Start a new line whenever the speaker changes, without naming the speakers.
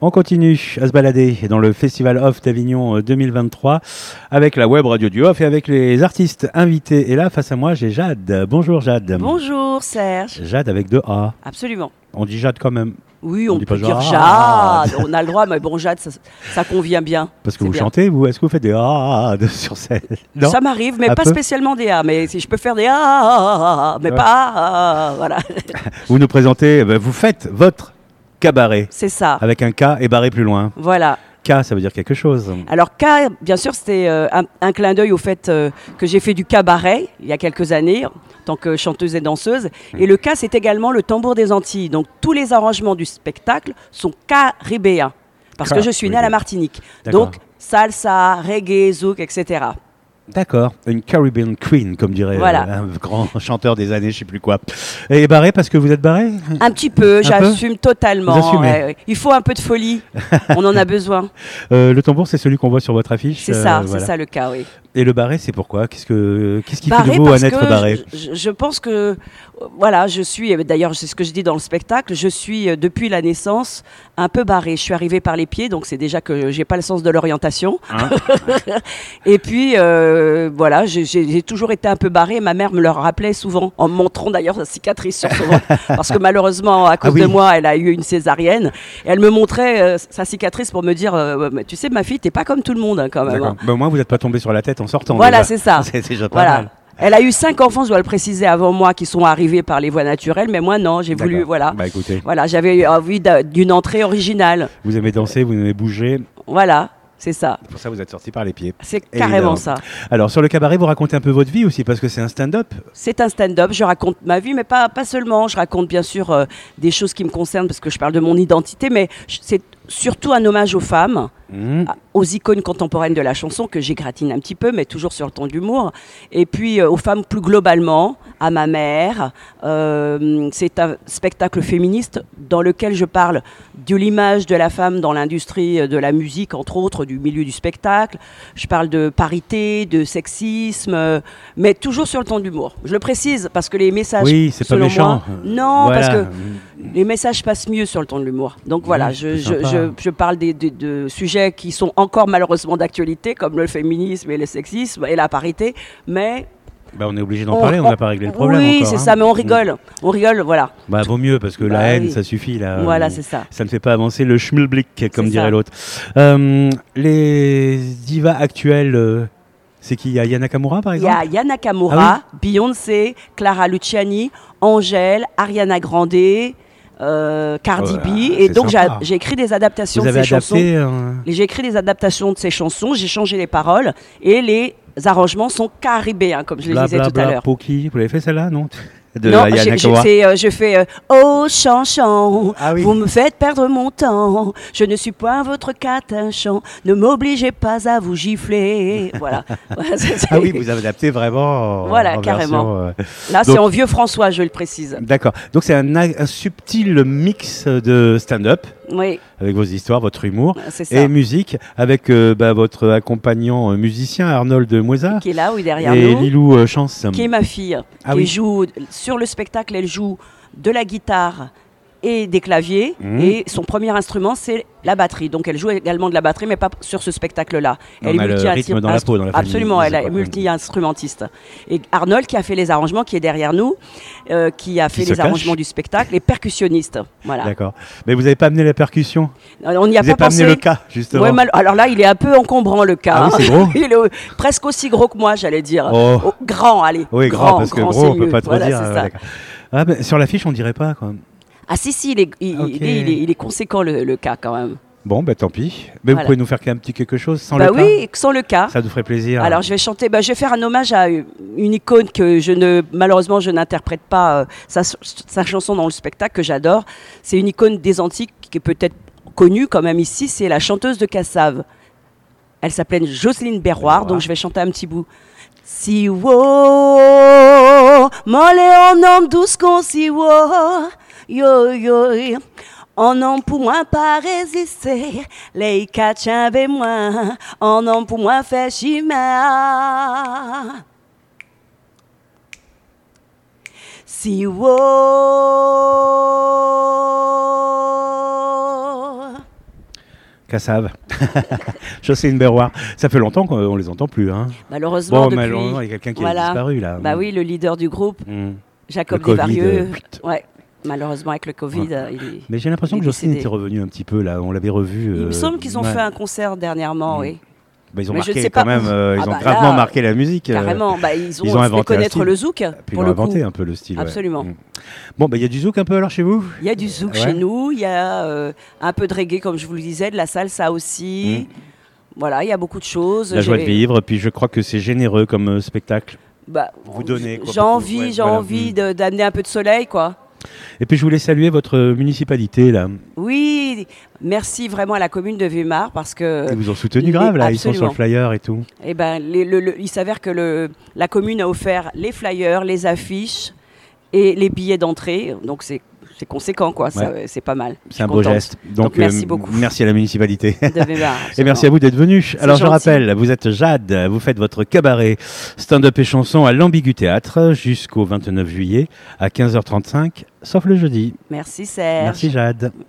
On continue à se balader dans le Festival Off d'Avignon euh, 2023 avec la web radio du Off et avec les artistes invités. Et là, face à moi, j'ai Jade. Bonjour Jade.
Bonjour Serge.
Jade avec deux A.
Absolument.
On dit Jade quand même.
Oui, on,
dit
peut
pas
dire
Jade.
Jade. On a le droit, mais bon, Jade, ça, ça convient bien.
Parce que
C'est
vous
bien.
chantez, vous, est-ce que vous faites des A sur scène Non
Ça m'arrive, mais
Un
pas
peu.
spécialement des A. Mais si je peux faire des A, A, A, A, mais
Ouais.
pas A, A, A, Voilà,
Vous nous présentez, eh ben, vous faites votre cabaret
c'est ça.
avec un K et barré plus loin.
Voilà.
K, ça veut dire quelque chose.
Alors K, bien sûr, c'était euh, un, un clin d'œil au fait euh, que j'ai fait du cabaret il y a quelques années en tant que chanteuse et danseuse.
Mm.
Et le K, c'est également le tambour des Antilles. Donc tous les arrangements du spectacle sont caribéens. Parce que je suis née à la
Caribéen.
Martinique.
D'accord.
Donc salsa, reggae, zouk, etc.
D'accord, une Caribbean Queen, comme dirait
Voilà.
euh, un grand chanteur des années, je sais plus quoi. Et barré parce que vous êtes barré
Un petit peu, j'assume
Mm. Vous
totalement.
assumez.
ouais, ouais. Il faut un peu de folie. On en a besoin.
Euh, Le tambour, c'est celui qu'on voit sur votre affiche.
C'est
euh,
ça,
voilà.
c'est ça le cas, oui.
Et le barré, c'est pourquoi Qu'est-ce que qu'est-ce qui fait
Barré
de vous un
parce que
être barré
je, Ah, je- je pense que euh, voilà, je suis et d'ailleurs c'est ce que je dis dans le spectacle, je suis euh, depuis la naissance un peu barré. Je suis arrivée par les pieds, donc c'est déjà que j'ai pas le sens de l'orientation.
Hein
et puis euh, voilà, j'ai- j'ai j'ai toujours été un peu barré. Ma mère me le rappelait souvent en me montrant d'ailleurs sa cicatrice sur son ventre, parce que malheureusement à cause
Ah oui.
de moi, elle a eu une césarienne. Et elle me montrait euh, sa cicatrice pour me dire, euh, Mais tu sais, ma fille, t'es pas comme tout le monde hein, quand même.
D'accord.
hein.
Bah, au moins, vous n'êtes pas tombé sur la tête en sortant.
Voilà,
déjà.
c'est ça.
C'est déjà pas
Voilà.
mal.
Elle a eu cinq enfants, je dois le préciser, avant moi, qui sont arrivés par les voies naturelles, mais moi non, j'ai voulu,
D'accord.
voilà.
Bah écoutez,
Voilà, j'avais envie d'a- d'une entrée originale.
vous aimez danser, vous aimez bouger.
Voilà, c'est ça.
Pour ça, vous êtes sorti par les pieds.
C'est
Évidemment.
carrément ça.
Alors, sur le cabaret, vous racontez un peu votre vie aussi, parce que c'est un stand-up.
C'est un stand-up, je raconte ma vie, mais pas, pas seulement. Je raconte bien sûr euh, des choses qui me concernent parce que je parle de mon identité, mais je- c'est surtout un hommage aux femmes,
Hmm.
à- aux icônes contemporaines de la chanson que j'égratine un petit peu, mais toujours sur le ton de l'humour. Et puis euh, aux femmes plus globalement, à ma mère. Euh, c'est un spectacle féministe dans lequel je parle de l'image de la femme dans l'industrie euh, de la musique, entre autres, du milieu du spectacle. Je parle de parité, de sexisme, euh, mais toujours sur le ton de l'humour. Je le précise parce que les messages.
Oui, c'est pas
Ah, selon
méchant.
moi- non, parce
Voilà. Hmm.
que les messages passent mieux sur le ton de l'humour. Donc voilà,
Oui,
je,
c'est
je,
sympa.
je, je parle des, des- de sujets qui sont encore malheureusement d'actualité, comme le féminisme et le sexisme et la parité, mais...
Bah, on est obligé d'en parler, on n'a pas réglé le problème.
Oh, Oui,
encore,
c'est
hein.
ça, mais on rigole. On rigole, voilà.
Bah, vaut mieux, parce que
Bah
la haine,
oui.
ça suffit. Là.
Voilà, c'est ça.
Ça ne fait pas avancer le schmilblick, comme
C'est
dirait
ça.
l'autre. Euh, les divas actuelles, euh, c'est qui Il y a Yana Kamura, par
Il y a
exemple Ah
Yana Kamura, Beyoncé, Clara Luciani, Angèle, Ariana Grande, euh, Cardi
Ouais,
B. Et
c'est
donc
sympa.
j'a- j'ai écrit des adaptations
Vous
de
avez
ces chansons.
adapté euh,
Et J'ai écrit des adaptations de ces chansons, j'ai changé les paroles et les arrangements sont caribéens, comme je le
Bla
disais
Bla
tout à
Bla
l'heure.
Poki. Vous l'avez fait celle-là, non De
non,
Yana
j'ai- j'ai-
Kamura.
c'est, euh, je fais euh, Oh Chanchan,
Ah oui.
vous me faites perdre mon temps. Je ne suis point votre catinchon. Ne m'obligez pas à vous gifler. voilà. Voilà, c'est- c'est-
Ah oui, vous avez adapté vraiment. en-
Voilà,
en
carrément.
version, euh,
Là,
Donc-
c'est en vieux François, je le précise.
D'accord. Donc c'est un, a- un subtil mix de stand-up
Oui,
avec vos histoires, votre humour
c'est ça.
et musique avec euh, bah, votre accompagnant euh, musicien Arnold Moisa
Qui est là, oui, derrière
et
nous.
Lilou euh, Chance.
Qui est ma fille.
Ah
qui
oui.
joue sur le spectacle, elle joue de la guitare et des claviers.
Mhm.
Et son premier instrument, c'est la batterie. Donc elle joue également de la batterie, mais pas sur ce spectacle-là.
On
Elle
a le
multi-instru-
rythme dans la peau, dans la famille.
Absolument,
Je
elle
sais pas
est
comment.
multi-instrumentiste. Et Arnold, qui a fait les arrangements, qui est derrière nous, euh, qui a fait
se
les
cache.
arrangements du spectacle, et percussionniste. Voilà. Euh,
D'accord. Mais vous n'avez pas amené la percussion.
On n'y a
vous n'avez
pas,
pas
pensé.
amené le cas justement.
Ouais, mal- Alors là, il est un peu encombrant le cas.
Ah oui,
hein.
c'est gros.
il est euh, presque aussi gros que moi, j'allais dire.
Oh.
Oh, grand, allez.
Oui, grand, parce que gros,
c'est
on peut
mieux.
pas trop
Voilà,
dire.
c'est
euh,
ça.
d'accord. Ah, mais sur l'affiche, on dirait pas. Quoi.
Ah si, si, il est, il,
Ok.
il est, il est- il est conséquent le, le cas quand même.
Bon, bah tant pis. Mais vous
Voilà.
pouvez nous faire qu'un petit quelque chose sans
bah
le
oui, sans le cas.
pain Ça nous ferait plaisir. hein.
Alors je vais chanter, bah, je vais faire un hommage à une une icône que je ne, malheureusement je n'interprète pas euh, sa, sa chanson dans le spectacle que j'adore. C'est une icône des antiques qui est peut-être connue quand même ici, c'est la chanteuse de Cassave. Elle s'appelait Jocelyne Berroir,
Berroir.
donc je vais chanter un petit bout. Si wo, mole en homme douce si wo, yo yo, en homme pour moi pas résister, les quatre avec moi, en homme pour moi fait chimère. Si wo,
Cassave, Jocelyne Berroir. Ça fait longtemps qu'on les entend plus. Hein.
Malheureusement,
bon,
depuis...
malheureusement, il y a quelqu'un qui
Voilà.
a disparu là.
Bah oui, le leader du groupe,
Mm.
Jacob
Le Covid,
Desvarieux.
euh, Ah. chut.
ouais, malheureusement, avec le Covid,
Ouais.
euh, il est-
Mais j'ai l'impression
Il
que
est
Jocelyne
décédé.
était revenue un petit peu là. On l'avait revue.
Il
euh,
me semble qu'ils ont
ouais.
fait un concert dernièrement,
Mm.
oui.
Bah, ils ont
mais je ne
marqué
sais
quand
pas
même.
où.
euh, ils
Ah
ont
bah,
gravement
là,
marqué la musique. euh,
Carrément, bah, ils ont,
ils ont
fait
inventé un
connaître
style.
le zouk
Puis ils
pour
l'ont
le
inventé
coup.
un peu le style. ouais.
Absolument.
Mm. Bon, bah, il y a du zouk un peu alors chez vous
Il y a du zouk
Ouais.
chez nous, il y a euh, un peu de reggae comme je vous le disais, de la salsa aussi. Voilà, il y a beaucoup de choses.
Mm. La joie de
J'ai-
vivre. Puis je crois que c'est généreux comme euh, spectacle.
bah,
Vous donnez, quoi,
J'ai
beaucoup,
envie,
ouais,
j'ai
voilà.
envie
Mm.
de- d'amener un peu de soleil, quoi.
Et puis je voulais saluer votre euh, municipalité là.
Oui, merci vraiment à la commune de Weimar parce que
Ils vous ont soutenu
les-
grave là. Ils sont sur
Euh, absolument.
le flyer et tout.
eh ben, les- le- le- il s'avère que le- la commune a offert les flyers, les affiches et les billets d'entrée. Donc c'est c'est conséquent, quoi. Ça, euh, C'est pas mal. Je
C'est
suis
un beau
contente
geste. euh,
Donc, merci beaucoup.
Merci à la municipalité.
de Weimar,
Et merci à
absolument.
vous d'être venu. Alors je
gentil.
rappelle, vous êtes Jade, vous faites votre cabaret stand-up et chanson à l'Ambigu Théâtre jusqu'au 29 juillet à 15h35, sauf le jeudi.
Merci Serge.
Merci Jade.